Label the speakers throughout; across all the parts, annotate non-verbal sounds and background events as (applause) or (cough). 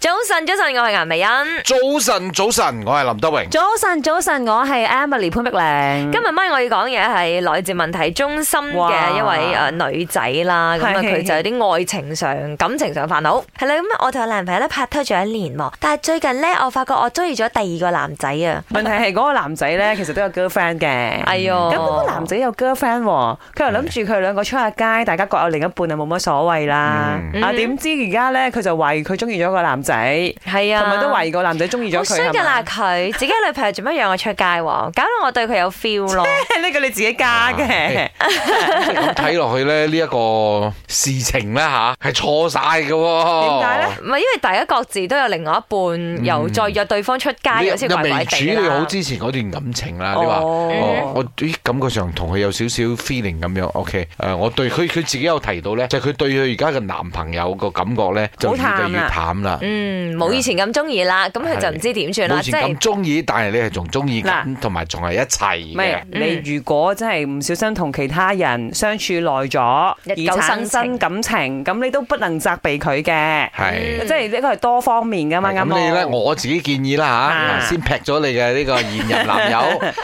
Speaker 1: 早晨，早晨，我係顏美欣。
Speaker 2: 早晨，早晨，我係林德榮。
Speaker 3: 早晨，早晨，我係 Emily 潘碧玲。
Speaker 1: 今日晚我要講嘢係來自問題中心
Speaker 3: 哇
Speaker 1: 嘅一位誒女仔啦，咁啊
Speaker 3: 係係
Speaker 1: 佢就有啲愛情上、感情上煩惱。係啦，咁我同我男朋友咧拍拖咗一年喎，但係最近咧我發覺我中意咗第二個男仔啊。
Speaker 3: 問題係嗰個男仔咧，其實都有 girlfriend 嘅。
Speaker 1: 哎呦，
Speaker 3: 咁嗰個男仔有 girlfriend 喎，佢又諗住佢兩個出下街，大家各有另一半啊，冇乜所謂啦。
Speaker 1: 嗯
Speaker 3: 啊，點知而家咧佢就懷疑佢中意咗個男仔，
Speaker 1: 係啊，
Speaker 3: 同埋都懷疑個男仔中意咗
Speaker 1: 好
Speaker 3: 佢。
Speaker 1: 衰㗎啦 (laughs)
Speaker 3: 係嘛
Speaker 1: 佢，自己女朋友做乜約我出街喎？搞到我對佢有 feel (laughs) 咯。
Speaker 3: (laughs) 呢個你自己加嘅。
Speaker 2: 咁睇落去咧，呢一個事情咧吓係錯晒嘅喎。
Speaker 3: 點解咧
Speaker 1: 唔係因為大家各自都有另外一半，又再約對方出街，有
Speaker 2: 你
Speaker 1: 先
Speaker 2: 又
Speaker 1: 怪怪
Speaker 2: 未處
Speaker 1: 地
Speaker 2: 理好
Speaker 1: 啦。
Speaker 2: 之前嗰段感情啦，
Speaker 3: 哦
Speaker 2: 你話
Speaker 3: 嗯
Speaker 2: 哦我咦感覺上同佢有少少 feeling 咁樣，OK，誒，我對佢佢自己有提到咧，就係佢對佢而家嘅男朋友個感覺咧就
Speaker 3: 好
Speaker 2: 越嚟
Speaker 3: 淡
Speaker 2: 越
Speaker 3: 啦
Speaker 2: 淡啦，
Speaker 1: 嗯，冇以前咁中意啦，咁佢就唔知點算啦，
Speaker 2: 啊冇以
Speaker 1: 即
Speaker 2: 前
Speaker 1: 係
Speaker 2: 咁。中意，但係你係仲中意緊，
Speaker 3: 嗱啊
Speaker 2: 同埋仲係一啊齊
Speaker 3: 唔係
Speaker 2: 嘅，，
Speaker 1: 嗯
Speaker 3: 你如果真係唔小心同其他人相處耐咗，而
Speaker 1: 日久生
Speaker 3: 產生
Speaker 1: 情
Speaker 3: 感情，咁你都不能責備佢嘅。
Speaker 2: 係。
Speaker 1: 嗯
Speaker 3: 即係呢個係多方面噶嘛，
Speaker 2: 哦咁
Speaker 3: 啱
Speaker 2: 你咧，
Speaker 3: 冇
Speaker 2: 我自己建議啦
Speaker 3: 啊
Speaker 2: 嚇，先劈咗你嘅呢個現任男友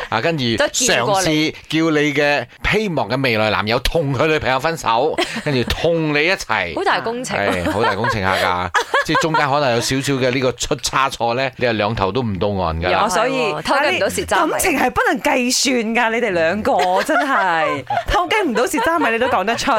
Speaker 2: 啊，跟住
Speaker 1: 都
Speaker 2: 嘗
Speaker 1: 見過
Speaker 2: 試叫你嘅希望嘅未來男友同佢女朋友分手，跟住同你一 (laughs) 齊
Speaker 1: 好，大工程，啊
Speaker 2: 係好大工程下㗎，即係中間可能有少少嘅呢個出差錯咧，你係兩頭都唔到岸㗎
Speaker 1: 有
Speaker 2: 啦
Speaker 3: 我。所以
Speaker 1: 啊偷雞唔到蝕渣米
Speaker 3: 感情係不能計算㗎，你哋兩個真
Speaker 1: (laughs)
Speaker 3: 係偷雞唔到蝕渣米，你都講得出。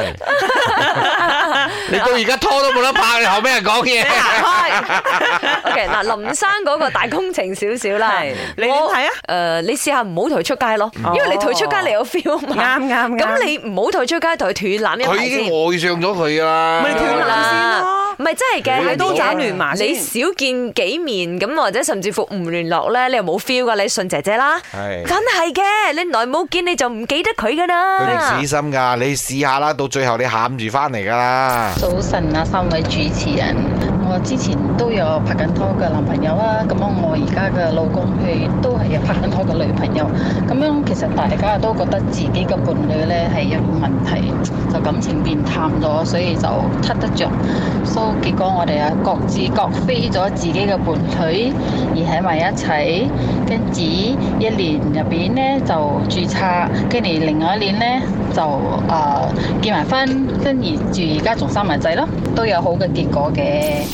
Speaker 2: 你到而家拖都冇得拍，你後尾人
Speaker 1: (laughs)
Speaker 2: 講嘢。
Speaker 1: (laughs) OK 嗱，林生嗰個大工程少少啦，
Speaker 3: 係你點睇啊哦
Speaker 1: 我？誒，你試下唔好同佢出街咯，因為你同佢出街你有 feel 啊嘛。
Speaker 3: 啱啱啱
Speaker 1: 咁你唔好同佢出街，同佢斷攬一
Speaker 2: 佢
Speaker 1: 排
Speaker 2: 已
Speaker 1: 先。
Speaker 2: 經愛上咗佢㗎啦。
Speaker 3: 咪斷啦先咯
Speaker 1: 唔係真係嘅，
Speaker 2: 你刀斬
Speaker 3: 亂麻先
Speaker 1: 你少見幾面咁，或者甚至乎唔聯絡咧，你又冇 feel 噶，你信姐姐啦，
Speaker 2: 係
Speaker 1: 梗係嘅，你耐冇見你就唔記得佢噶
Speaker 2: 佢哋
Speaker 1: 啦
Speaker 2: 死。心㗎，你試下啦，到最後你喊住翻嚟㗎啦。
Speaker 4: 早晨啊，三位主持人，我之前都有拍緊拖嘅男朋友啊，咁我而家嘅老公佢都係有拍緊拖嘅女朋友，咁樣其實大家都覺得自己嘅伴侶呢係有問題，就感情變淡咗，所以就撻得着。所以結果我哋啊各自各飛咗自己嘅伴侶，而喺埋一齊，跟住一年入邊呢就註冊，跟住另外一年呢就誒、呃、結埋婚，跟住住而家仲生埋仔咯，都有好嘅結果嘅。